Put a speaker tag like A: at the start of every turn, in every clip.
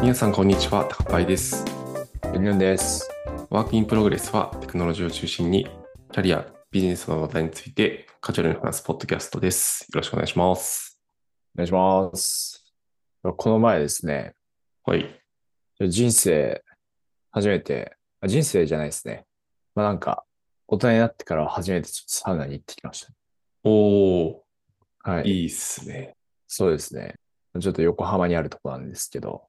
A: 皆さんこんにちは、高パイです。
B: ユニオンです。
A: ワークインプログレスはテクノロジーを中心にキャリア、ビジネスの話題についてカジュアルに話すポッドキャストです。よろしくお願いします。
B: お願いします。この前ですね、
A: はい。
B: 人生、初めて、あ人生じゃないですね。まあなんか、大人になってから初めてちょっとサウナに行ってきまし
A: おー、
B: た。はい。
A: いいっすね。
B: そうですね。ちょっと横浜にあるとこなんですけど、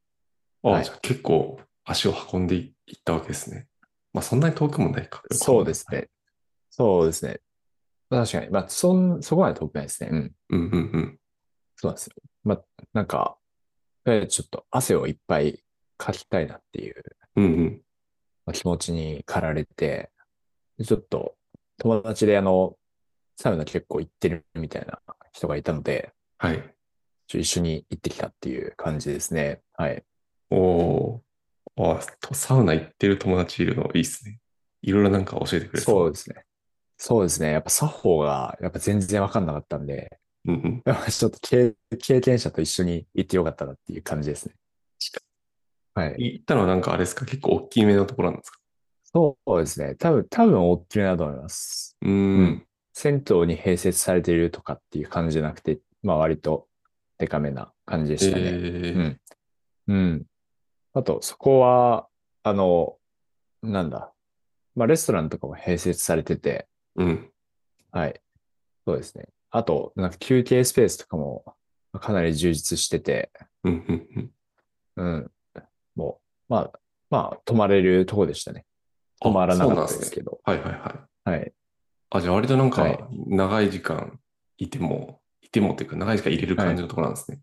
A: あ、
B: はい
A: じゃあ結構足を運んでいったわけですね。まあそんなに遠くもないか。
B: そうですね。そうですね。まあ確かに、まあそん、そこまで遠くないですね。うん。
A: うんうんうん。
B: そうなんですよ。まあなんか、とりあえずちょっと汗をいっぱいかきたいなっていう
A: うんうん。
B: まあ気持ちに駆られて、でちょっと友達であの、サウナ結構行ってるみたいな人がいたので、
A: はい。
B: ちょ一緒に行ってきたっていう感じですね。はい。
A: おー、あ、とサウナ行ってる友達いるのいいっすね。いろいろなんか教えてくれ
B: そう
A: う。
B: ですね。そうですね。やっぱ作法がやっぱ全然わかんなかったんで、
A: うんうん。
B: やっぱちょっと経経験者と一緒に行ってよかったなっていう感じですね。はい。
A: 行ったのはなんかあれですか結構大きめのところなんですか
B: そうですね。多分、多分大きめだと思います。
A: うーん。
B: 銭湯に併設されているとかっていう感じじゃなくて、まあ割とデカめな感じで
A: え
B: したね。
A: ー
B: うん。うん。あと、そこは、あの、なんだ。まあレストランとかも併設されてて、
A: うん。
B: はい。そうですね。あと、なんか休憩スペースとかもかなり充実してて、
A: うんうんうん。
B: うん。もう、まあ、まあ、泊まれるとこでしたね。泊まらなかったです
A: ど。
B: けど。
A: はいはいはい。
B: はい。
A: あ、じゃあ割となん
B: はい
A: か長い時間いても、いてもっていうか長い時間入れる感じのところなんですね。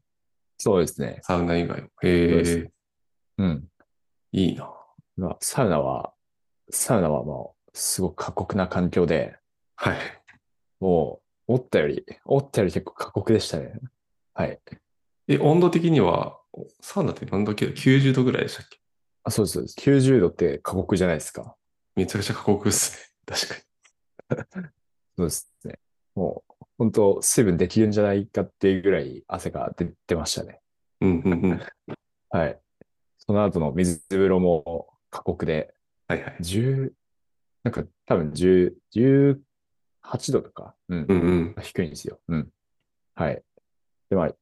B: そうですね。
A: サウナ以外も。
B: そう
A: へ
B: です
A: え
B: ね、うん。
A: いいな。
B: まあ、サウナは、サウナはもう、すごく過酷な環境で、
A: はい。
B: もう、思ったより、思ったより結構過酷でしたね。はい。
A: え、温度的には、サウナって何度けど90度ぐらいでしたっけ
B: あ、そうです、そうです。90度って過酷じゃないですか。
A: めちゃくちゃ過酷ですね。 確かに。
B: そうですね。もう、本当水分できるんじゃないかっていうぐらい汗が出てましたね。
A: うんうん うん。は
B: はい。その後の水風呂も過酷で、
A: いはい。
B: 10、なんか多分10、18度とか、うん
A: うんうん。
B: 低いんですよ。うん。はい。で、まあ、いわ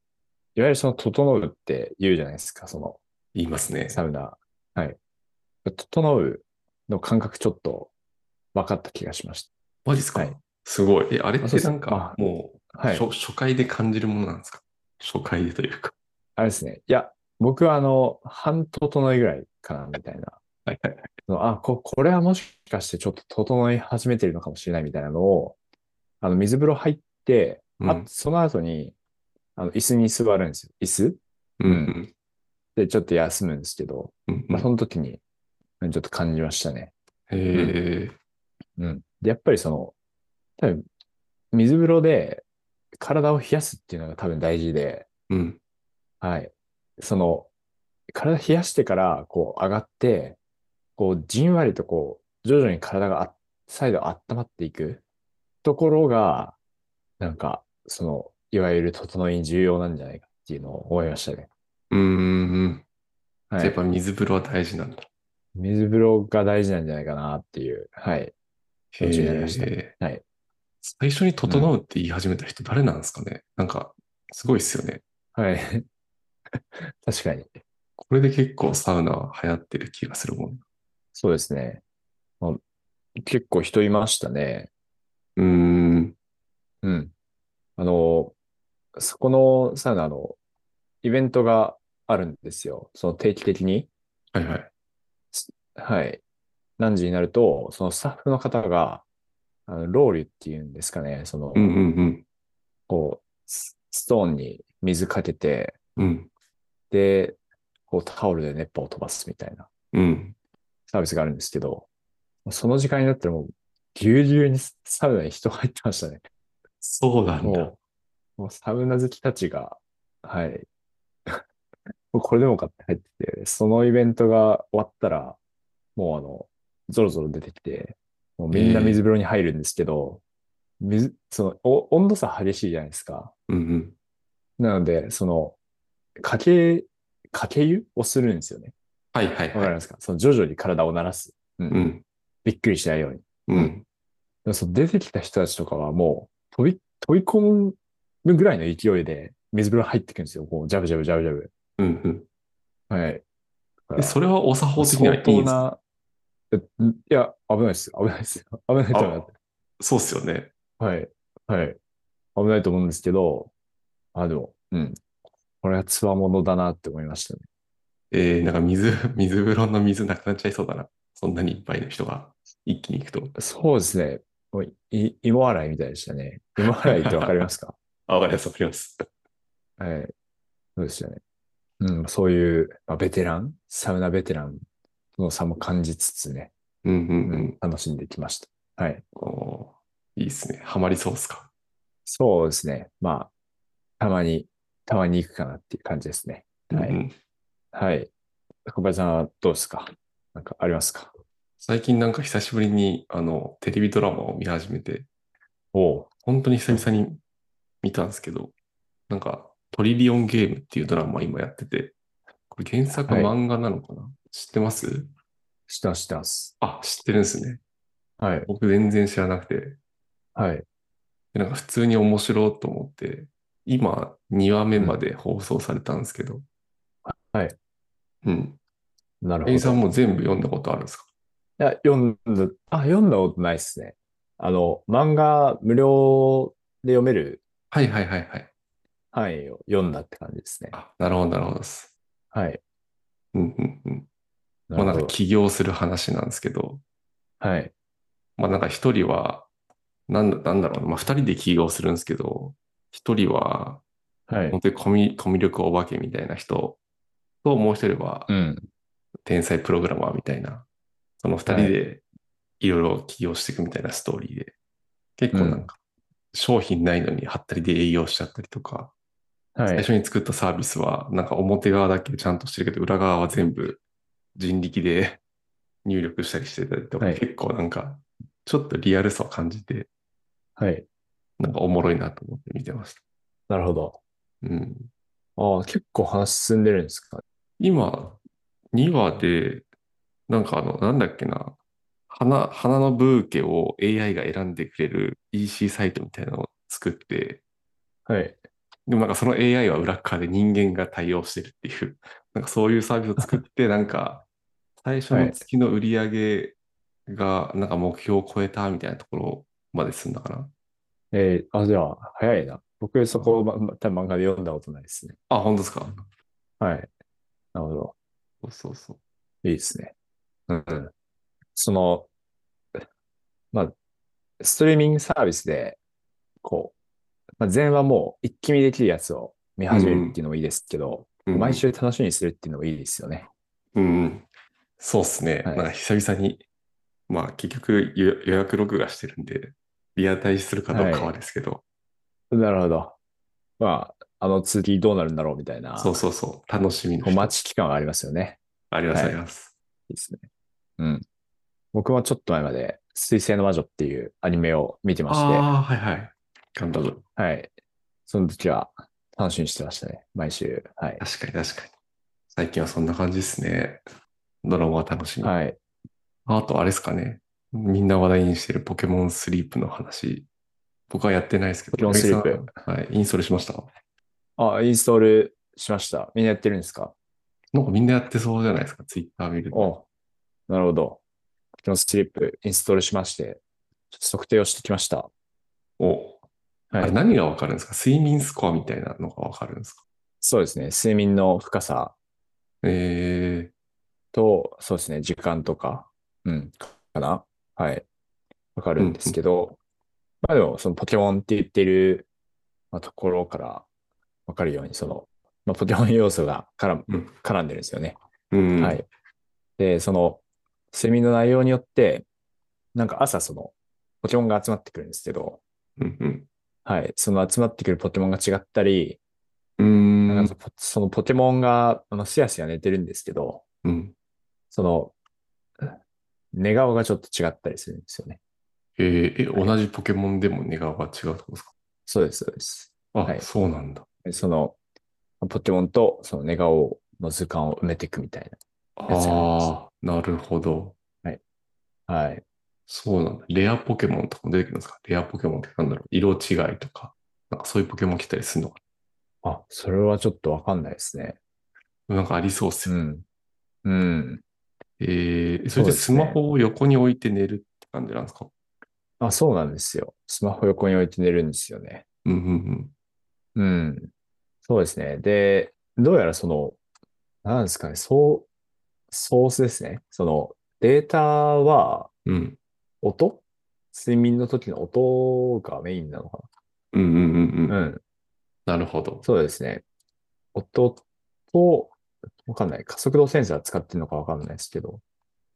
B: ゆるその、整うって言うじゃないですか、その、
A: 言いますね。
B: サウナ。はい。整うの感覚ちょっと分かった気がしまし
A: マジっすか
B: はい
A: すごい。え、あれっ
B: あ
A: て
B: そうです
A: なんか
B: あ
A: もう、
B: た。はい。
A: 初初回で感じるものなんですか初回でというか。
B: あれですね。いや、僕はあの、半整いぐらいかな、みたいな。
A: はいはいはい。
B: そのあこ、これはもしかしてちょっと整い始めてるのかもしれないみたいなのを、あの、水風呂入って、
A: うん
B: あその後に、あの、椅子に座るんですよ。椅子
A: うんうん
B: で、ちょっと休むんですけど、
A: うんう
B: まあ、
A: ん。
B: その時に、うんちょっと感じましたね。
A: へえ。
B: うん。で、やっぱりその、多分、水風呂で体を冷やすっていうのが多分大事で、
A: うん。
B: はい。その、体冷やしてから、こう、上がって、こう、じんわりとこう、徐々に体があ、再度温まっていくところが、なんか、その、いわゆる整いに重要なんじゃないかっていうのを思いましたね。
A: うーん。
B: はい。
A: やっぱ水風呂は大事なんだ。
B: 水風呂が大事なんじゃないかなっていう、はい。気持ちになりました
A: へー
B: はい
A: 最初に整うって言い始めた人誰なんですかねなんか、すごいっすよね。
B: はい。 確かに。
A: これで結構サウナは流行ってる気がするもん。
B: そうですね。まあ、結構人いましたね。
A: うーん。
B: うん。あの、そこのサウナのイベントがあるんですよ。その定期的に。
A: はいはい。
B: はい。何時になると、そのスタッフの方が、あのロウリュっていうんですかね。その
A: う、んうん
B: こう、スストーンに水かけて、
A: うん。うん。
B: で、こうタオルで熱波を飛ばすみたいな
A: うん。
B: サービスがあるんですけど、その時間になったらもう、ぎゅうぎゅうにサウナに人が入ってましたね。
A: そうなんだ。
B: もう、もうサウナ好きたちが、はい。 もうこれでもかって入ってて、そのイベントが終わったら、もうあの、ゾロゾロ出てきて、もうみんな水風呂に入るんですけど、水、その、お温度差激しいじゃないですか。
A: うんうん。
B: なので、その、かけ、かけ湯をするんですよね。
A: はいはい
B: わか
A: は
B: り
A: い。
B: ますかその徐々に体を慣らす。うん
A: うん。
B: びっくりしないように。
A: うん。
B: でもその出てきた人たちとかはもう飛び、飛び込むぐらいの勢いで水風呂入ってくるんですよ。こう、ジャブジャブジャブジャブ。
A: うん。うん
B: はい。
A: でそれはお作法的にはいいん
B: 相当
A: です
B: な、えんいや、危ないです。危ないです。危ないと思います。
A: そうっすよね。
B: はい。はい。危ないと思うんですけど、あ、でも、うん。これはつわものだなって思いましたね。
A: えー、なんか水、 水風呂の水なくなっちゃいそうだな。そんなにいっぱいの人が一気に行くと。
B: そうですね。もうい、芋洗いみたいでしたね。芋洗いってわかりますか
A: あ、わかります、わかります。
B: はい。そうですよね。うん、そういう、まあ、ベテラン、サウナベテランの差も感じつつね、
A: うんう
B: うん
A: うん
B: ん、楽しんできました。はい。
A: おー。いいですね。ハマりそうっすか。
B: そうですね。まあ、たまに、たまに行くかなっていう感じですね。は
A: うんう
B: い。
A: ん
B: はい。小林さんはどうですかなんかありますか
A: 最近なんか久しぶりにあのテレビドラマを見始めて、
B: おう。
A: 本当に久々に見たんですけど、なんかトリリオンゲームっていうドラマ今やってて、これ原作は
B: はい
A: 漫画なのかな、知ってます
B: したしたっす。
A: あ、知ってるんですね。
B: はい。
A: 僕全然知らなくて、
B: はい。
A: でなんか普通に面白いと思って、今2話目まで放送されたんですけど。
B: はい。
A: うん。
B: なる
A: エイ
B: ほ
A: さ
B: ど。
A: んも全部読んだことあるんですか
B: いや、読んだ、あ、読んだことないっすね。あの、漫画無料で読める
A: はいはいはいはい。
B: 範囲を読んだって感じですね。
A: あ、なるほどなるほどです。
B: はい。
A: うんうんうん。ま
B: な
A: あな
B: る
A: ん
B: ほ
A: か
B: ど。
A: 起業する話なんですけど、
B: はい。
A: まあなんか一人は、なんだなんだろうな、まあ二人で起業するんですけど、一人は
B: はい
A: 本。当にコミコミュ力お化けみたいな人と、もう一人は
B: うん。
A: 天才プログラマーみたいな、その二人でいろいろ起業していくみたいなストーリーで、結構なんか商品ないのにはったりで営業しちゃったりとか、
B: は
A: 最
B: い。
A: 初に作ったサービスはなんか表側だけちゃんとしてるけど、裏側は全部人力で 入力したりしてたりとか、
B: はい
A: 結構なんかちょっとリアルさを感じて、
B: はい。
A: なんかおもろいなと思って見てました。
B: なるほど。
A: うん、
B: ああ、結構話進んでるんですか
A: 今、2話で、なんかあの、なんだっけな、花、花のブーケを AI が選んでくれる EC サイトみたいなのを作って、
B: はい。
A: でもなんかその AI は裏っ側で人間が対応してるっていう、 なんかそういうサービスを作って、なんか最初の月の売り上げがなんか目標を超えたみたいなところまで進んだかな。
B: えーあ、じゃあ、早いな。僕、そこを、ま、ま多分漫画で読んだことないですね。
A: あ、本当ですか。
B: はい。なるほど。
A: そうそうそう。
B: いいですね。うん。その、まあ、ストリーミングサービスで、こう、まあ、前はもう一気見できるやつを見始めるっていうのもいいですけど、
A: うん
B: 毎。週楽しみにするっていうのもいいですよね。
A: うんうん。そうっすね。
B: はい
A: なんか久々に、まあ結局予予約録画してるんで、リアタイするかどうかはですけど、
B: なるほど。まあ、あの続きどうなるんだろうみたいな、
A: そうそうそう、楽しみの
B: こう
A: 一つ
B: 待ち期間はありますよね。
A: あります
B: はい
A: あります。
B: いいですね。うん。僕もちょっと前まで、水星の魔女っていうアニメを見てまして、
A: ああ、はいはい。簡単だ。
B: はい。その時は楽しみにしてましたね。毎週。はい。
A: 確かに確かに。最近はそんな感じですね。ドラマは楽しみ。
B: はい。
A: あとあれですかね。みんな話題にしてるポケモンスリープの話。僕はやってないですけど。
B: ポケモンスリープ
A: 森さん。はい。インストールしました。
B: あ、インストールしました。みんなやってるんですか
A: なんかみんなやってそうじゃないですか。ツイッター見ると。
B: おなるほど。ポケモンスリープインストールしまして、ちょっと測定をしてきました。
A: おあ
B: は
A: れ
B: い。
A: 何がわかるんですか睡眠スコアみたいなのがわかるんですか
B: そうですね。睡眠の深さ
A: え
B: と、そうですね。時間とか、うん、かな。はい。わかるんですけど、まあでも、そのポケモンって言ってる、まあ、ところからわかるように、その、まあ、ポケモン要素が絡
A: う
B: む
A: ん
B: 絡んでるんですよね。
A: ー、うん。
B: は。い。で、その、睡眠の内容によって、なんか朝その、ポケモンが集まってくるんですけど、
A: うん
B: はい。その集まってくるポケモンが違ったり、
A: うん。う
B: なん
A: ー
B: かポそのポケモンが、あの、すやすや寝てるんですけど、
A: うん。
B: その、寝顔がちょっと違ったりするんですよね。
A: えー、え、同じポケモンでも寝顔が違うってことですか
B: そうです、そうです。
A: あ、
B: はい
A: そうなんだ。
B: その、ポケモンとその寝顔をの図鑑を埋めていくみたい
A: あ
B: やつやります
A: あー、なるほど。
B: な。はい。
A: そうなんだ。レアポケモンとかも出てくるんですかレアポケモンってなんだろう色違いとか、なんかそういうポケモン来たりするのか
B: あ、それはちょっとわかんないですね。
A: ななんかありそうっす
B: う
A: よ。
B: ん。うん。
A: えー、そ
B: そう
A: れ
B: で
A: ですス
B: ね
A: マホを横に置いて寝るって感じなんですか
B: あ、そうなんですよ。スマホ横に置いて寝るんですよね。
A: うんうん
B: うん。そうですね。で、どうやらその、なんですかね、ソー、ソースですね。その、データは
A: うん。うん。
B: 音睡眠の時の音がメインなのか
A: うんうんうんう。
B: なんうん。
A: なるほど。
B: そうですね。音と、わかんない。加速度センサー使ってるのかわかんないですけど。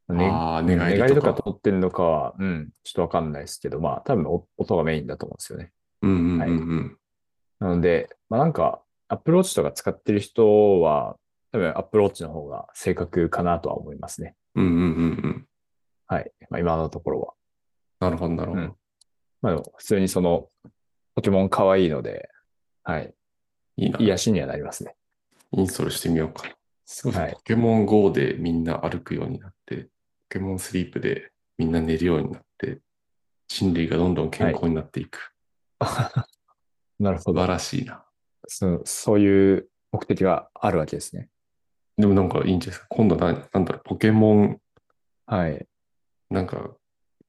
B: ね
A: ああ、寝返り
B: と
A: と
B: か
A: か。
B: 撮ってるのかは、うん、ちょっとわかんないですけど、まあ、多分お音がメインだと思うんですよね。
A: うんうんうんうん。
B: なので、まあなんか、アップローチとか使ってる人は、多分アップローチの方が正確かなとは思いますね。
A: うんうんうんうん。
B: はい。まあ今のところは。
A: なるほどなるほ
B: う
A: ど
B: ん。まあでも、普通にその、ポケモン可愛いので、はい。
A: いいな。
B: 癒しにはなりますね。
A: インストールしてみようかな。そうですね
B: はい
A: ポケモン GO でみんな歩くようになって、ポケモンスリープでみんな寝るようになって、人類がどんどん健康になっていく。
B: なるほ
A: 素
B: ど
A: 晴。らしいな。
B: そのそういう目的があるわけですね。
A: でもなんかいいんじゃないですか。今度は何なんだろう、ポケモン、
B: はい。
A: なんか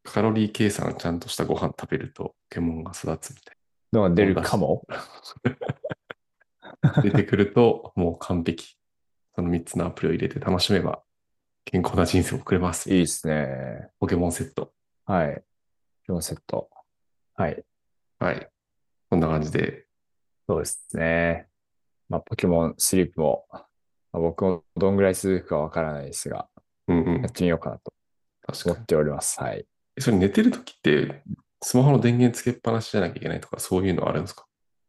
A: カロリー計算ちゃんとしたご飯食べるとポケモンが育つみたい
B: のが出るかも。
A: な。出てくると もう完璧。その3つのアプリを入れて楽しめば健康な人生を送れます。
B: いいですね。
A: ポケモンセット。
B: はい。4セット。はい。
A: はい。こんな感じで。
B: そうですね。まあ、ポケモンスリープも、まあ、僕もどんぐらい続くかわからないですが、
A: うんうん
B: やっ。てみようかなと
A: 確か
B: 思
A: に
B: っ。ております。はい。
A: えそれ寝てるときって、スマホの電源つけっぱなしじゃなきゃいけないとか、そういうのはあるんですか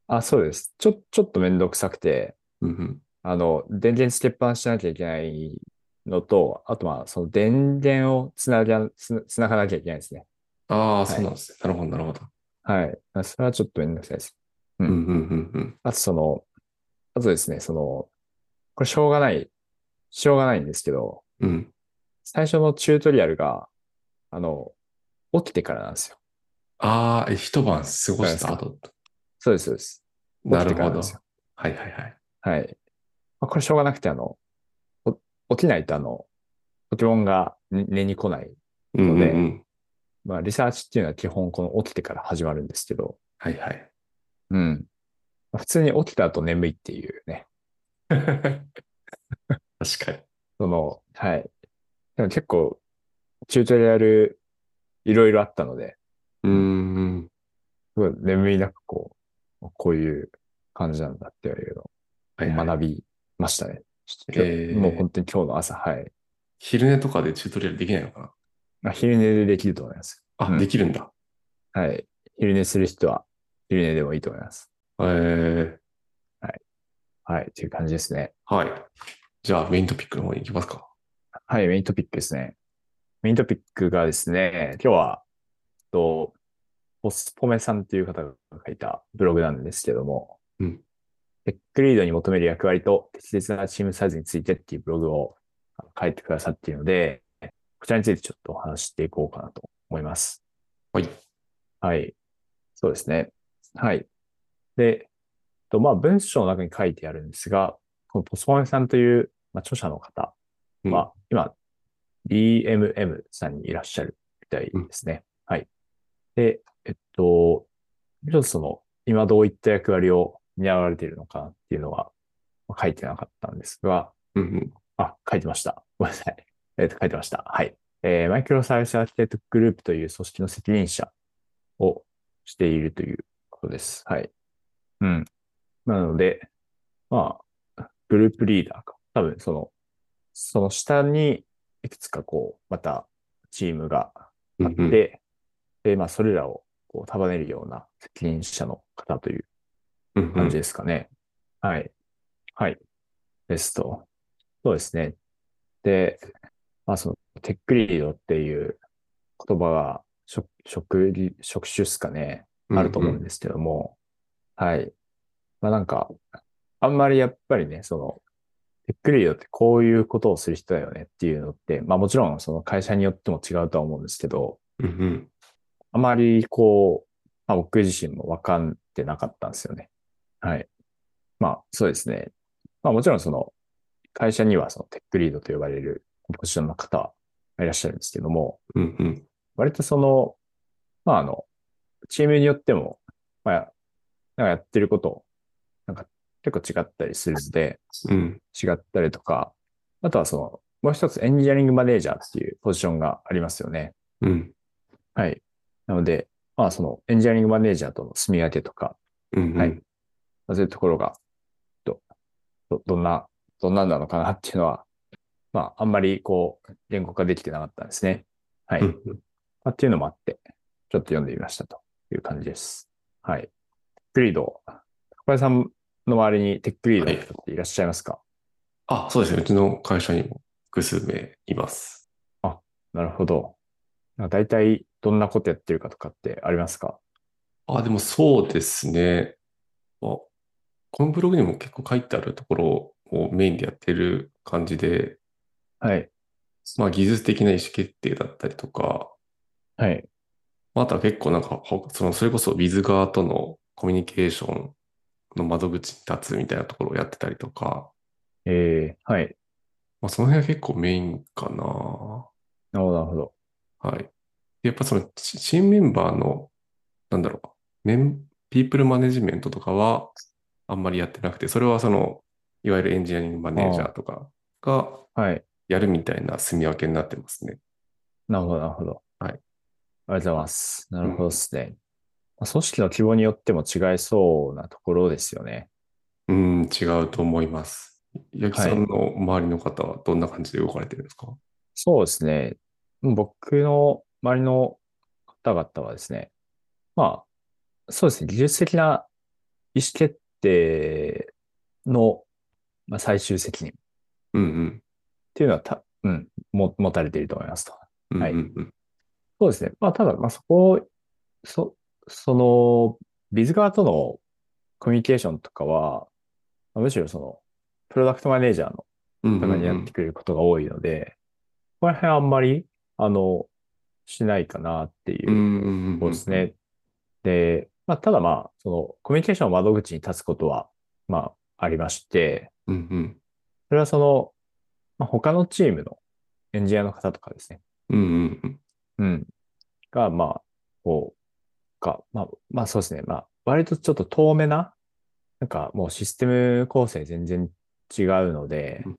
B: あ、そうです。ちょ、ちょっとめんどくさくて、
A: うんうん。
B: あの、電源つけっぱなししなきゃいけないのと、あとまあ、その電源をつなぎゃ、つ、つながなきゃいけないですね。
A: ああ、
B: い
A: そうなんですね。なるほど、なるほど。
B: はい。まあそれはちょっとめんどくさいです。
A: うんうんうんうん。
B: あとその、あとですね、その、これしょうがない、しょうがないんですけど、
A: うん。
B: 最初のチュートリアルが、あの、起きてからなんですよ。
A: ああ、え一晩過ごした後。
B: そうです、そうです。
A: な
B: 起き
A: る
B: て
A: ほ
B: からなん
A: ど。
B: ですよ
A: はいはいはい。
B: はい。まあ、これしょうがなくて、あの、お起きないと、あの、ポケモンが寝寝に来ない。
A: うんうんう
B: ので
A: ん。
B: まあ、リサーチっていうのは基本この起きてから始まるんですけど、
A: はいはい。
B: うん。まあ普通に起きた後眠いっていうね。
A: 確かに。
B: その、はい。でも結構、チュートリアル、いろいろあったので、
A: うんうん。
B: すごい眠りなくこう、こういう感じなんだっていう
A: はい
B: の
A: は
B: を
A: い
B: 学びましたね。
A: はいえー
B: もう本当に今日の朝、はい。
A: 昼寝とかでチュートリアルできないのかな
B: まあ、昼寝でできると思います。
A: あ、
B: うん
A: できるんだ。
B: はい。昼寝する人は昼寝でもいいと思います。
A: えー、
B: はい。という感じですね。
A: はい。じゃあ、メイントピックの方に行きますか。
B: はい。メイントピックですね。メイントピックがですね、今日は、えっと、ポスポメさんという方が書いたブログなんですけども、
A: うん
B: テックリードに求める役割と適切なチームサイズについてっていうブログをあの書いてくださっているので、こちらについてちょっとお話ししていこうかなと思います。
A: はい。
B: はい。そうですね。はい。で、えっとまあ、文章の中に書いてあるんですが、このポスポメさんという、まあ、著者の方
A: うん
B: まあ、今、DMM さんにいらっしゃるみたいですね。はい。で、えっと、ちょっとその、今どういった役割を担われているのかなっていうのはまあ書いてなかったんですが、
A: うんうん。
B: あ、書いてました。ごめんなさい。 えっと、書いてました。はい。えーマイクロサービスアーキテクトグループという組織の責任者をしているということです。はい。うん。なので、まあ、グループリーダーか。多分、その、その下に、いくつかこう、また、チームが
A: うん
B: あって、
A: うん
B: で、まあ、それらをこう束ねるような責任者の方という
A: うんう
B: 感じ
A: ん
B: ですかね。はい。はい。ですと。そうですね。で、まあその、テックリードっていう言葉が、職、職業、職種っすかね、あると思うんですけども、はい。まあなんか、あんまりやっぱりね、その、テックリードってこういうことをする人だよねっていうのって、まあもちろんその会社によっても違うとは思うんですけど、
A: うんうん。
B: あまりこう、まあ、僕自身も分かってなかったんですよね。はい。まあそうですね。まあもちろんその会社にはそのテックリードと呼ばれるポジションの方はいらっしゃるんですけども、
A: うんうん。
B: 割とその、まああの、チームによっても、まあ、なんかやってること、なんか結構違ったりするので、
A: うん。
B: 違ったりとか、あとはその、もう一つエンジニアリングマネージャーっていうポジションがありますよね。
A: うん。
B: はい。なので、まあそのエンジニアリングマネージャーとの住み分けとか、
A: うんうん。
B: はいまあそういうところが、ど、ど、どんな、どんなんなのかなっていうのは、まああんまりこう、言語化できてなかったんですね。はい。
A: うんうん
B: まあっていうのもあって、ちょっと読んでみましたという感じです。はい。グリード。高橋さんの周りにテックリードの人っていらっしゃいますか、
A: あ、そうですね。うちの会社にも複数名います。
B: なるほど。なんか大体どんなことやってるかとかってありますか
A: あ、でもそうですね。あこのブログにも結構書いてあるところをメインでやってる感じで、
B: はい。
A: まあ技術的な意思決定だったりとか、
B: はい。
A: まああとは結構なんか、ほその、それこそビズ側とのコミュニケーションの窓口に立つみたいなところをやってたりとか、
B: えー、はい。
A: まあその辺は結構メインかな。
B: なるほど、なるほど。
A: はい。でやっぱそのチ新メンバーの、なんだろう、メン、ピープルマネジメントとかはあんまりやってなくて、それはその、いわゆるエンジニアリングマネージャーとかが
B: はい。
A: やるみたいな住み分けになってますね。
B: なるほど、なるほど。
A: はい
B: ありがとうございます。なるほどですね。まあ組織の規模によっても違いそうなところですよね。
A: うん、違うと思います。八木さんの周りの方はどんな感じで動かれてるんですか
B: そうですね。僕の周りの方々はですね、まあ、そうですね、技術的な意思決定の、まあ、最終責任っ
A: うんうん。
B: ていうのはた、うん、も持たれていると思いますと。
A: うん
B: はい
A: うんうん
B: そうですね。まあ、ただ、まあ、そこ、そ、その、ビズ側とのコミュニケーションとかは、まあむしろその、プロダクトマネージャーの
A: うん
B: と
A: うん
B: か
A: うん
B: にやってくれることが多いので、ここら辺あんまり、あの、しないかなっていうう、
A: んうんうん
B: そうですね。で、まあ、ただまあ、その、コミュニケーションの窓口に立つことは、まあ、ありまして、
A: うんうん。
B: それはその、まあ、他のチームのエンジニアの方とかですね、
A: うんうんうん。
B: うん。が、まあ、こう、か、まあ、まあそうですね。まあ、割とちょっと遠めな、なんかもうシステム構成全然違うので
A: うん、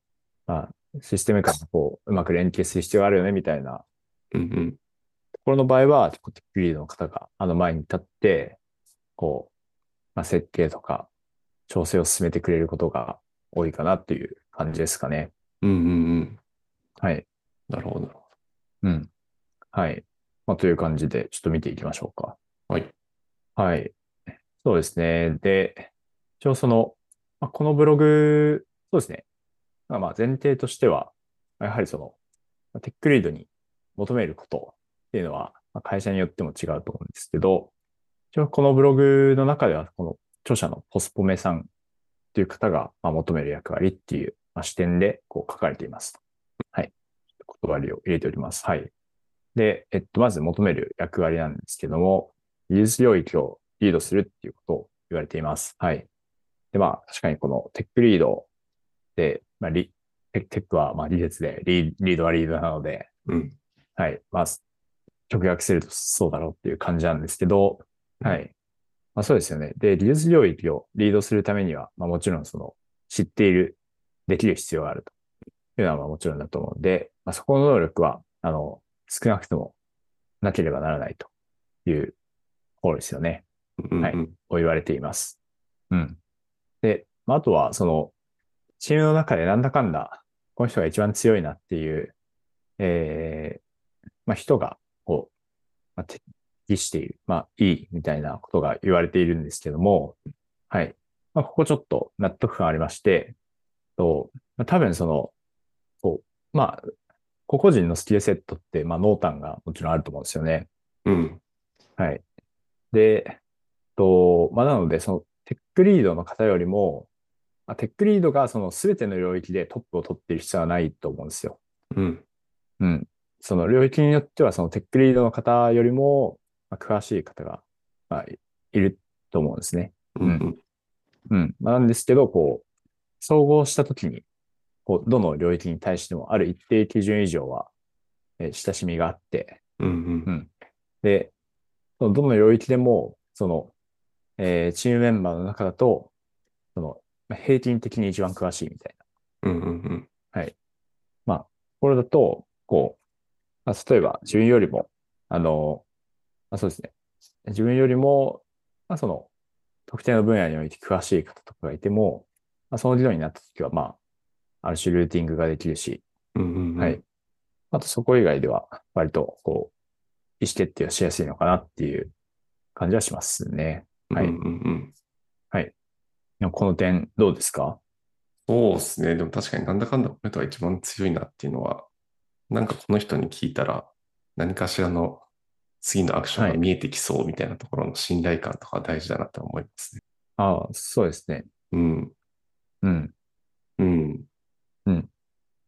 B: まあ、システム間とこう、うまく連携する必要があるよね、みたいな
A: うんうん。
B: ところの場合は、結構テックリードの方が、あの前に立って、こう、まあ、設計とか、調整を進めてくれることが多いかなっていう感じですかね。
A: うんうんうん。
B: はい。
A: なるほどなるほ
B: うん。はい。まあ、という感じで、ちょっと見ていきましょうか。
A: はい。
B: はい。そうですね。で、一応その、まあ、このブログ、そうですね。まあまあ前提としては、やはりその、まあテックリードに求めることっていうのは、まあ会社によっても違うと思うんですけど、一応このブログの中では、この著者のポスポメさんという方がまあ求める役割っていう、まあ、視点でこう書かれています。はい。言葉を入れております。はい。で、えっと、まず求める役割なんですけども、技術領域をリードするっていうことを言われています。はい。で、まあ、確かにこのテックリードで、まあ、リテテックはまあ技術でリ、リードはリードなので、
A: ど。うん。
B: はい。まあ、直訳するとそうだろうっていう感じなんですけど、はい。まあ、そうですよね。で、技術領域をリードするためには、まあ、もちろんその、知っている、できる必要があるというのはまあもちろんだと思うので、まあ、そこの能力は、あの、少なくともなければならないというところですよね。
A: うん
B: はい
A: うん
B: を言われています。うん。で、まあ、あとは、その、チームの中でなんだかんだ、この人が一番強いなっていう、えーまあ、人が、こう、まあ、適している、まあ、いいみたいなことが言われているんですけども、はい。まあ、ここちょっと納得感ありまして、と、まあ、多分その、こう、まあ、個々人のスキルセットって、まあ、濃淡がもちろんあると思うんですよね。
A: うん。
B: はい。で、えっと、まあ、なので、その、テックリードの方よりも、あテックリードがその全ての領域でトップを取っている必要はないと思うんですよ。
A: うん。
B: うん。その領域によっては、そのテックリードの方よりも、まあ、詳しい方が、まあ、いいると思うんですね。
A: うんうん。
B: うん。まあなんですけど、こう、総合したときに、こう、どの領域に対しても、ある一定基準以上は、えー親しみがあって、
A: うんうん。
B: で、そのどの領域でも、その、えーチームメンバーの中だと、その、まあ平均的に一番詳しいみたいな。
A: うんうんうん。
B: これだと、こう、まあ、例えば自分よりも、あの、まあ、そうですね。自分よりも、まあ、その、特定の分野において詳しい方とかがいても、まあ、その理論になったときは、まあ、ある種ルーティングができるし、
A: うんうんうん。
B: はい。。あとそこ以外では、割と、こう、意思決定をしやすいのかなっていう感じはしますね。
A: うん
B: はい
A: うんうん。
B: でもこの点、どうですか
A: そうですね。でも確かになんだかんだこの人が一番強いなっていうのは、なんかこの人に聞いたら、何かしらの次のアクションが
B: はい
A: 見えてきそうみたいなところの信頼感とか大事だなと思いますね。
B: ああ、そうですね。
A: うん。
B: うん。
A: うん。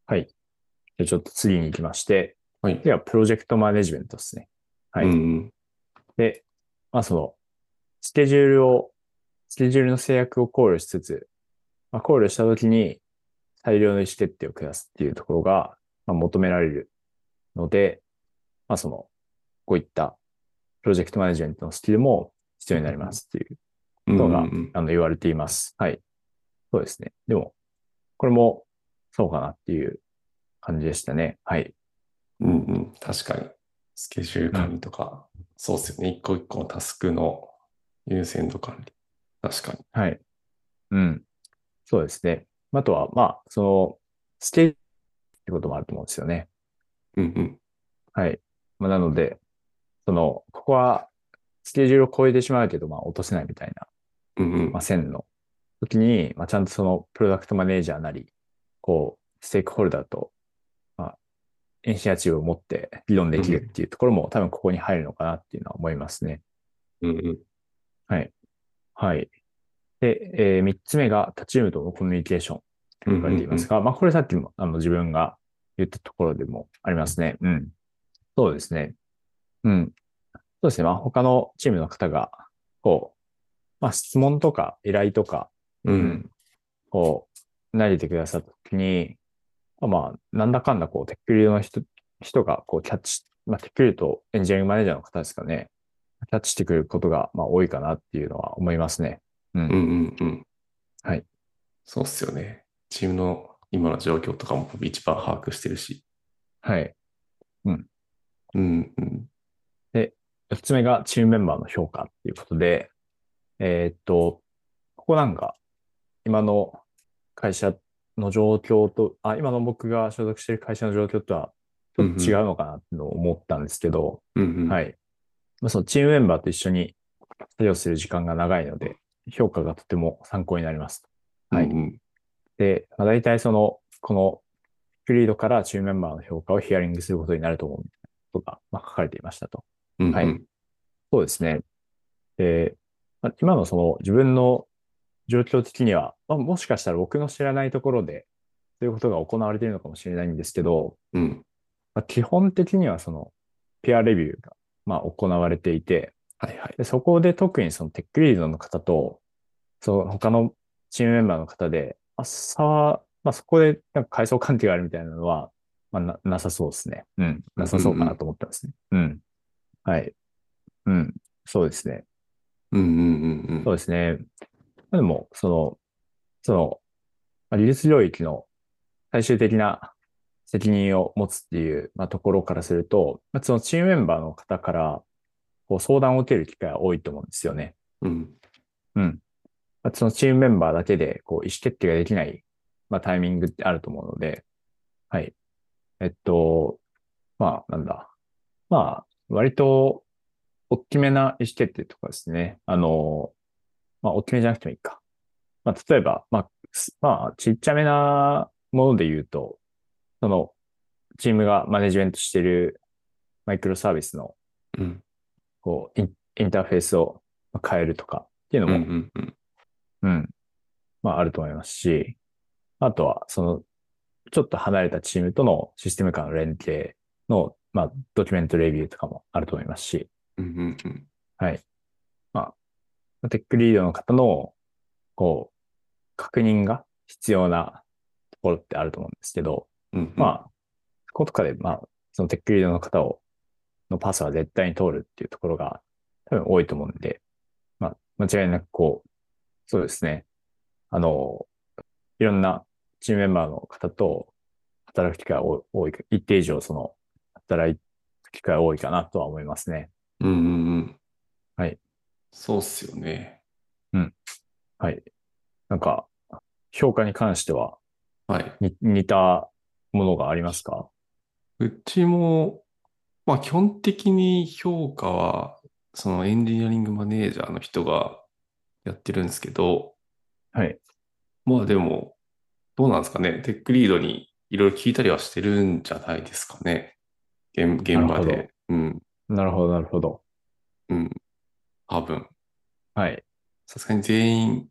B: はい。じゃあちょっと次に行きまして、
A: はい。
B: では、プロジェクトマネジメントですね。はい
A: うん
B: で、まあその、スケジュールを、スケジュールの制約を考慮しつつ、まあ、考慮したときに大量の意思決定を下すっていうところが、まあ、求められるので、まあその、こういったプロジェクトマネジメントのスキルも必要になりますっていう
A: うん。
B: ことが、
A: うんうん
B: あの言われています。はい。そうですね。でも、これもそうかなっていう感じでしたね。はい。
A: うんうん、確かに。スケジュール管理とか、そうですよね。一個一個のタスクの優先度管理。確かに。
B: はい。うん。そうですね。あとは、まあ、その、ステージってこともあると思うんですよね。
A: うんうん。
B: はい。まあ、なので、その、ここは、スケジュールを超えてしまうけど、まあ、落とせないみたいな、
A: うんうん
B: まあ、線の時に、まあ、ちゃんとその、プロダクトマネージャーなり、こう、ステークホルダーと、まあ、エンシニアチームを持って議論できるっていうところも、多分ここに入るのかなっていうのは思いますね。
A: うんうん。
B: はい。で、えー、3つ目が、他チームとのコミュニケーション。
A: うん
B: 言われていますが、まあこれさっきもあの自分が言ったところでもありますね。うん。そうですね。うん。そうですね。まあ他のチームの方が、こう、まあ質問とか依頼とか、
A: う。
B: うんこう、投げてくださったときに、まあなんだかんだこう、テックリードの人人がこうキャッチ、まあテックリードとエンジニアリングマネージャーの方ですかね、キャッチしてくれることがまあ多いかなっていうのは思いますね。うん
A: うんうんうん。
B: はい。
A: そうっすよね。チームの今の状況とかも一番把握してるし。
B: はい。
A: うんうん。
B: 4つ目がチームメンバーの評価っていうことで、えーっと、ここなんか、今の会社の状況と、あ、今の僕が所属している会社の状況とは、ちょっと違うのかなっていうのを思ったんですけど、
A: うんうん。。
B: はいい。まあ、そのチームメンバーと一緒に作業する時間が長いので、評価がとても参考になります。はい
A: うん
B: で、まあ、大体その、このフリードからチームメンバーの評価をヒアリングすることになると思うみたいなことが、まあ、書かれていましたと。
A: うん。
B: はい
A: うん
B: そうですね。で、まあ今のその自分の状況的には、まあ、もしかしたら僕の知らないところで、そういうことが行われているのかもしれないんですけど、
A: うん。
B: まあ、基本的にはその、ペアレビューが、まあ、行われていて、
A: はいはい。
B: で、そこで特にそのテックリードの方と、その他のチームメンバーの方で、あ、差は、まあ、そこでなんか階層関係があるみたいなのは、まあ、な、なさそうですね。うん。なさそうかなと思ってますね。うん。はい。うん。そうですね。
A: うんうんうんう
B: そ
A: ん。
B: うですね。まあでも、その、その、まあ技術領域の最終的な責任を持つっていう、まあ、ところからすると、まあ、そのチームメンバーの方からこう相談を受ける機会は多いと思うんですよね。
A: うん
B: うん。まあ、そのチームメンバーだけでこう意思決定ができない、まあ、タイミングってあると思うので、はい。えっと、まあ、なんだ。まあ、割と、大きめな意思決定とかですね。あの、まあ、大きめじゃなくてもいいか。まあ、例えば、まあ、すまあ、ちっちゃめなもので言うと、その、チームがマネジメントしているマイクロサービスの、
A: うん
B: こう、インインターフェースをまあ変えるとかっていう
A: う
B: の
A: んう
B: も、
A: んうん。
B: うん。まああると思いますし、あとは、その、ちょっと離れたチームとのシステム間の連携の、まあ、ドキュメントレビューとかもあると思いますし、
A: うんうんうん。
B: はい。まあ、テックリードの方の、こう、確認が必要なところってあると思うんですけど、
A: うんうん、
B: まあ、そことかで、まあ、そのテックリードの方を、のパスは絶対に通るっていうところが多分多いと思うんで、まあ、間違いなくこう、そうですね。あの、いろんなチームメンバーの方と働く機会は多多い、一定以上その、働く機会は多いかなとは思いますね。
A: うんうんうん。
B: はい。
A: そうっすよね。
B: はい。なんか、評価に関しては
A: はい。
B: に似たものがありますか
A: うちも、まあ基本的に評価は、そのエンジニアリングマネージャーの人がやってるんですけど、
B: はい。
A: まあでも、どうなんですかね。テックリードにいろいろ聞いたりはしてるんじゃないですかね。現現
B: な
A: 場
B: るほど
A: で。うん。
B: なるほど、なるほど。
A: うん。多分。
B: はい。
A: さすがに全員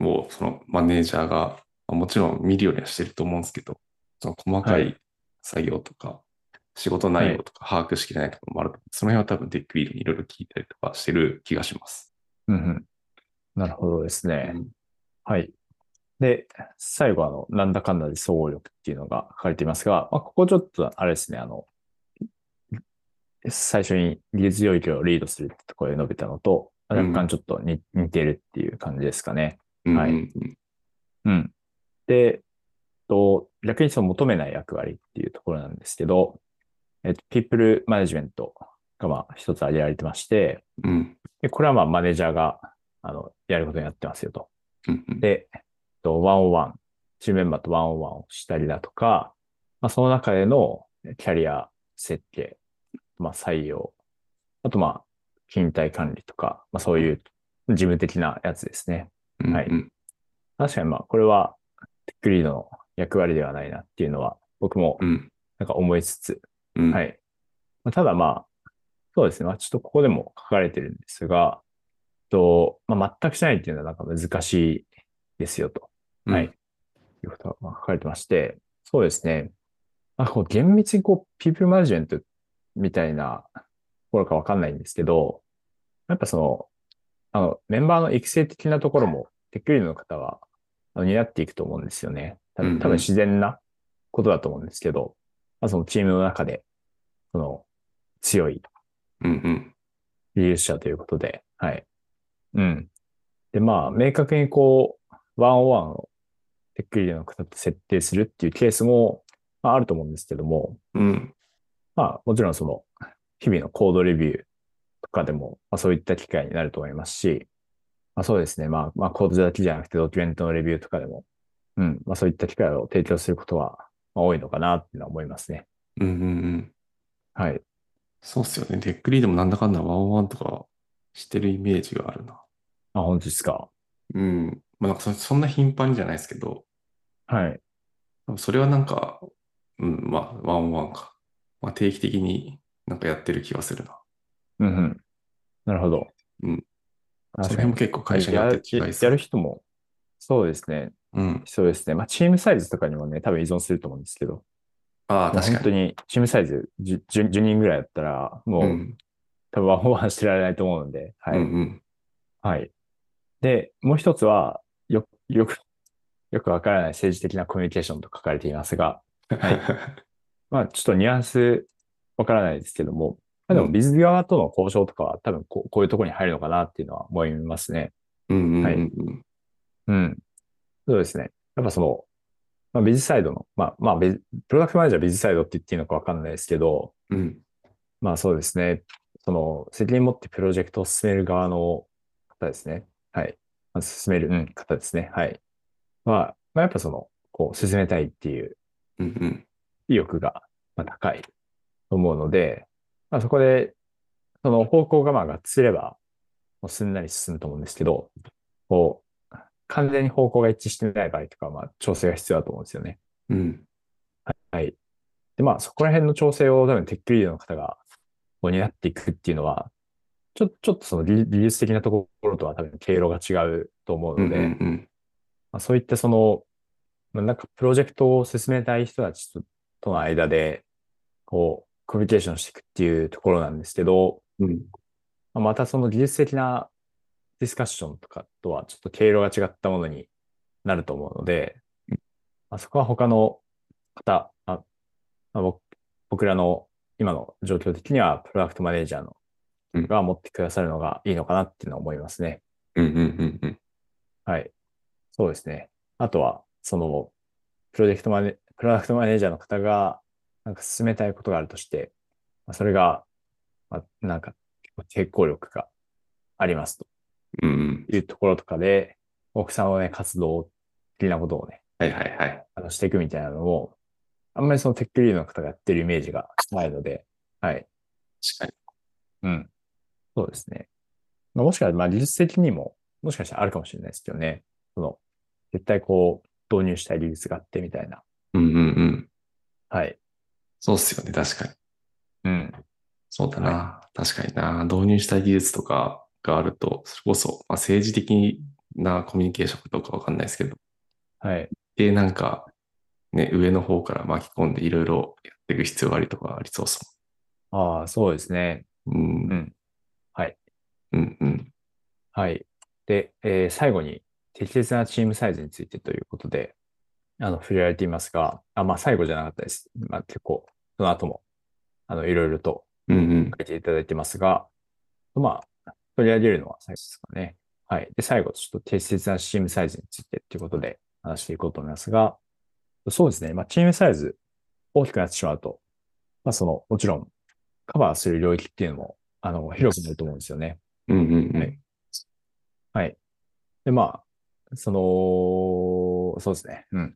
A: をそのマネージャーが、まあもちろん見るようにはしてると思うんですけど、その細か
B: はい
A: 作業とか、仕事内容とか把握しきれないところもあると思うその辺は多分デックビールにいろいろ聞いたりとかしてる気がします。
B: うんうん。なるほどですね。
A: うん
B: はい。で、最後、あの、なんだかんだで総合力っていうのが書かれていますが、まあ、ここちょっと、あれですね、あの、最初に技術領域をリードするってところで述べたのと、
A: ん
B: 若干ちょっとに似てるっていう感じですかね。
A: うん
B: はい
A: うん
B: うん。で、と、逆にその求めない役割っていうところなんですけど、えっと、ピープルマネジメントがまあ一つ挙げられてまして、
A: うん
B: で、これはまあマネージャーが、あの、やることになってますよと。
A: うんうん
B: で、えっと、ワンオンワン、チームメンバーとワンオンワンをしたりだとか、まあ、その中でのキャリア設計、まあ、採用、あとまあ、勤怠管理とか、まあ、そういう事務的なやつですね。
A: うん
B: はい
A: うん
B: 確かにまあ、これは、テックリードの役割ではないなっていうのは、僕も
A: うん
B: なんか思いつつ、
A: うん
B: は。い。まあただまあ、そうですね。まあ、ちょっとここでも書かれてるんですが、と、まあ、全くしないっていうのはなんか難しいですよと。
A: うん
B: はい。いうことがまあ書かれてまして、そうですね。まあ、こう厳密にこう、ピープルマネジメントみたいなところかわかんないんですけど、やっぱその、あの、メンバーの育成的なところも、テックリードの方は、あの、担っていくと思うんですよね。多
A: うんう
B: 分
A: ん
B: 多分自然なことだと思うんですけど、まあ、そのチームの中で、その、強い
A: うんうん
B: リリース者ということで、はい。うん。で、まあ、明確にこう、ワンオワンをテックリードの方と設定するっていうケースも、まあ、あると思うんですけども、
A: うん
B: まあ、もちろんその、日々のコードレビューとかでも、まあ、そういった機会になると思いますし、まあ、そうですね。まあ、まあ、コードだけじゃなくて、ドキュメントのレビューとかでも、うん、まあ、そういった機会を提供することは、まあ、多いのかなっていうのは思いますね。
A: うんうん。
B: はい。
A: そうっすよね。デックリードもなんだかんだワンオンワンとかしてるイメージがあるな。
B: あ、本日ですか。
A: うん。まあなんかそそんな頻繁にじゃないですけど、
B: はい。
A: それはなんか、うん、まあ、ワンオンワンか。まあ、定期的になんかやってる気がするな。
B: うんうん。なるほど。
A: うん。その
B: 確か
A: 辺
B: に
A: も。結構会社によって違いそ
B: やる
A: う。
B: 人も、そうですね。
A: うん。
B: そうですね。まあ、チームサイズとかにもね、多分依存すると思うんですけど、
A: ああ、
B: まあ
A: 確
B: 本
A: か
B: 当
A: に。
B: にチームサイズ 10, 10人ぐらいだったら、もう、
A: うん。
B: 多分ワンオンワンしてられないと思うので、
A: う
B: はい。
A: んうん。
B: はい。で、もう一つは、よ、よく、よくわからない政治的なコミュニケーションと書かれていますが、
A: はい。
B: まあ、ちょっとニュアンスわからないですけども、まあ、でも、ビズ側との交渉とかは多分こう、こういうところに入るのかなっていうのは思いますね。
A: うんうん
B: はい
A: うん
B: うん。そうですね。やっぱその、まあ、ビズサイドの、まあ、まあ、ビズプロダクトマネージャーはビズサイドって言っていいのかわかんないですけど、
A: うん。うん。
B: まあそうですね。その、責任持ってプロジェクトを進める側の方ですね。はい。まあ、進める、うん、方ですね。はい。まあ、まあ、やっぱその、こう、進めたいっていう
A: うんうん。
B: 意欲が、まあ、高いと思うので、まあそこで、その方向がまあがっつれば、もうすんなり進むと思うんですけど、こう、完全に方向が一致してない場合とかは、まあ調整が必要だと思うんですよね。
A: うん。
B: はい。で、まあそこら辺の調整を多分テックリードの方がこう担っていくっていうのは、ちょ、ちょっとその技技術的なところとは多分経路が違うと思う
A: うんう
B: の
A: ん
B: で、
A: うん。
B: まあ、そういったその、まあ、なんかプロジェクトを進めたい人たちととの間で、こう、コミュニケーションしていくっていうところなんですけど、
A: うん。
B: まあまたその技術的なディスカッションとかとはちょっと経路が違ったものになると思うので、まあ、そこは他の方、あまあ、僕僕らの今の状況的にはプロダクトマネージャーの
A: うん
B: が持ってくださるのがいいのかなっていうのは思いますね。
A: うんうんうん
B: はい。そうですね。あとは、その、プロジェクトマネ、プロダクトマネージャーの方が、なんか進めたいことがあるとして、まあ、それが、まあ、なんか、結構抵抗力がありますと。
A: うん。うんうん。
B: いうところとかで、奥さんのね、活動的なことをね、
A: はいはいはい。
B: あの、していくみたいなのを、あんまりそのテックリードの方がやってるイメージがないので、はい。
A: 確かに。
B: うん。そうですね。まあ、もしかしたら、まあ、技術的にも、もしかしたらあるかもしれないですけどね。その、絶対こう、導入したい技術があってみたいな。
A: うんうんうん。
B: はい。
A: そうっすよね。確かに。
B: うん。
A: そうだな。確かにな。導入したい技術とかがあると、それこそ、まあ、政治的なコミュニケーションとかわかんないですけど、
B: はい。
A: で、なんか、ね、上の方から巻き込んでいろいろやっていく必要がありとかありそうっす
B: ああ、そうですね。
A: もん。う。
B: うんん。はい。
A: うんうん。
B: はい。で、えー最後に適切なチームサイズについてということで、あの、触れられていますが、あ、まあ、最後じゃなかったです。まあ、結構、その後も、あの、いろいろと
A: うんうん。
B: 書いていただいてますが、まあ、取り上げるのは最初ですかね。はい。で、最後、ちょっと適切なチームサイズについてということで話していこうと思いますが、そうですね。まあ、チームサイズ大きくなってしまうと、まあ、その、もちろん、カバーする領域っていうのも、あの、広くなると思うんですよね。
A: うんうんうん。
B: はいはい。で、まあ、その、そうですね。うん。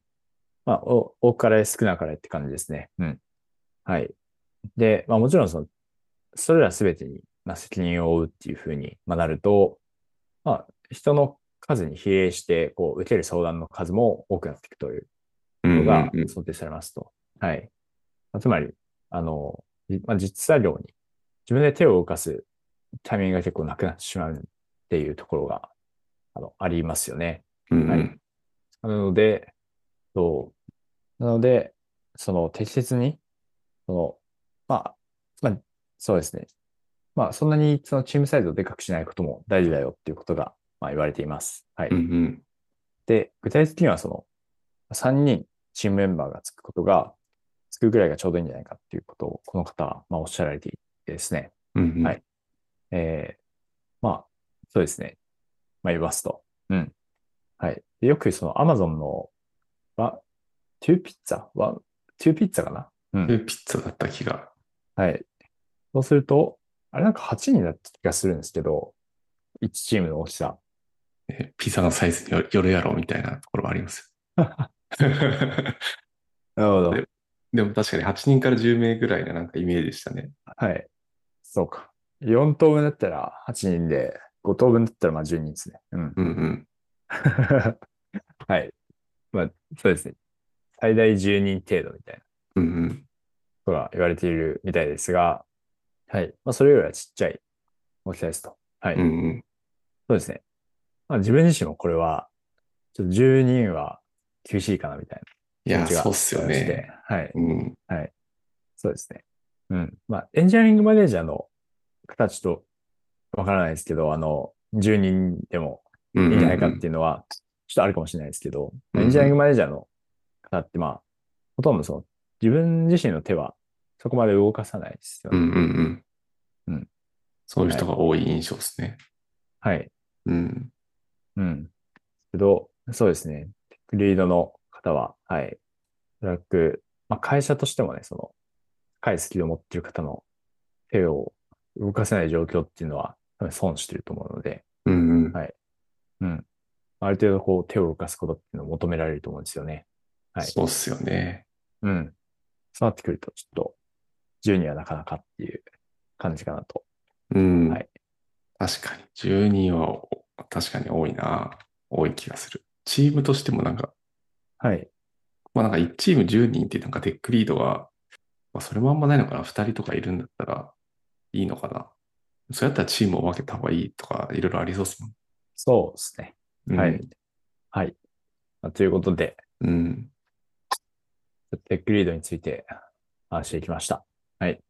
B: まあ、お多くから少なからって感じですね。うん。はい。で、まあもちろんその、それらすべてに、まあ、責任を負うっていうふうに、まあ、なると、まあ、人の数に比例して、こう、受ける相談の数も多くなっていくという
A: うんう
B: の
A: んう
B: が
A: んうん
B: 想定されますと。はい。まあつまり、あの、じまあ、実作業に自分で手を動かすタイミングが結構なくなってしまうっていうところが、あの、ありますよね。
A: うん
B: は
A: う
B: い
A: ん。
B: なので、そう。なので、その適切に、その、まあ、まあ、そうですね。まあ、そんなにそのチームサイズをでかくしないことも大事だよっていうことが、まあ、言われています。はい。
A: うんうん。
B: で、具体的にはその、3人チームメンバーがつくことが、つくぐらいがちょうどいいんじゃないかっていうことを、この方は、まあ、おっしゃられていてですね。
A: うんうん。
B: はいえーまあ、そうですね。まあ、言いますと。うん。はい。でよくその Amazon の、は、トゥーピッツァは、トゥーピッツァかなうん
A: で、ピッツァだった気が。
B: はい。そうすると、あれなんか8人だった気がするんですけど、1チームの大きさ。
A: えピザのサイズによよるやろみたいなところはあります。
B: なるほ ど
A: ででも確かに8人から10名ぐらいのなんかイメージでしたね。
B: はい。そうか。4等分だったら8人で、5等分だったらまあ10人ですね。うん。
A: うんうん。
B: はい。まあ、そうですね。最大10人程度みたいな
A: うんうん。
B: ことが言われているみたいですが、はい。まあ、それよりはちっちゃい大きさですと。はい。
A: うんうん。
B: そうですね。まあ、自分自身もこれは、ちょっと10人は厳しいかなみたい
A: い
B: な
A: や、
B: 気持ちが
A: そうっすよ
B: ありまし
A: ね。
B: て。はい。
A: うん。
B: そうですね。うん。まあ、エンジニアリングマネージャーの方はちょっとわからないですけど、あの、10人でも
A: いい
B: いいんじゃないか
A: か
B: っていうのは、ちょっとあるかもしれないですけど、
A: うんうん
B: エンジニアリングマネージャーの方って、まあ、ほとんどその、自分自身の手はそこまで動かさないですよ
A: う
B: ね。
A: んうんう
B: うん
A: ん。そういう人が多い印象ですね。
B: はい。
A: うん。
B: うん。けど、そうですね。テックリードの方は、はい。ブラック、まあ、会社としてもね、その、高いスキルを持ってる方の手を動かせない状況っていうのは、多分損してると思うので、
A: うんうん。
B: はいうん。ある程度こう、手を動かすことっていうのを求められると思うんですよね。はい。
A: そうっすよね。
B: うん。そうなってくると、ちょっと、10にはなかなかっていう感じかなと。
A: うん。
B: はい
A: 確かに。10人はお確かに多いな。多い気がする。チームとしてもなんか、
B: はい。
A: まあなんか1チーム10人ってなんかテックリードが、まあそれもあんまないのかな。2人とかいるんだったらいいのかな。そうやったらチームを分けた方がいいとかいろいろありそうですもん。
B: そうですね。
A: うん
B: はい。はい。まあということで、
A: うん。
B: ちょっとテックリードについて話していきました。
A: はい、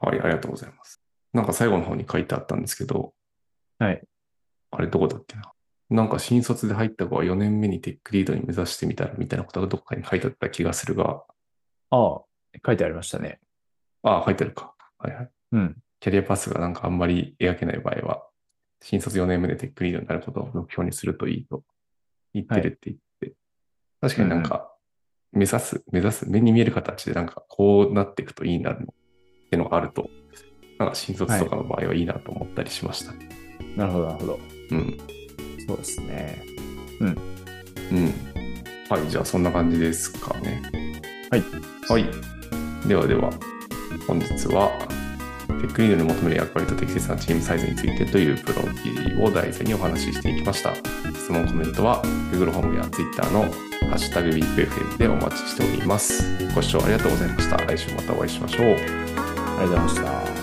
A: ありがとうございます。なんか最後の方に書いてあったんですけど、
B: はい。
A: あれどこだっけな。なんか新卒で入った子は4年目にテックリードに目指してみたらみたいなことがどっかに書いてあった気がするが、
B: ああ、書いてありましたね。
A: ああ、書いてあるか。はいはい。
B: うん。
A: キャリアパスがなんかあんまり描けない場合は、新卒4年目でテックリードになることを目標にするといいと言ってるって言って、確かになんか、目指す、目指す、目に見える形でなんかこうなっていくといいなってのがあると、なんか新卒とかの場合はいいなと思ったりしましたね。
B: なるほど、なるほど。
A: うん。
B: そうですね。
A: うん。はい、じゃあそんな感じですかね。
B: はい。
A: はい。ではでは、本日は、テックリードに求める役割と適切なチームサイズについてというプロフィールを題材にお話ししていきました。質問、コメントは Google ホームや Twitter のハッシュタグ WeekFM でお待ちしております。ご視聴ありがとうございました。来週またお会いしましょう。
B: ありがとうございました。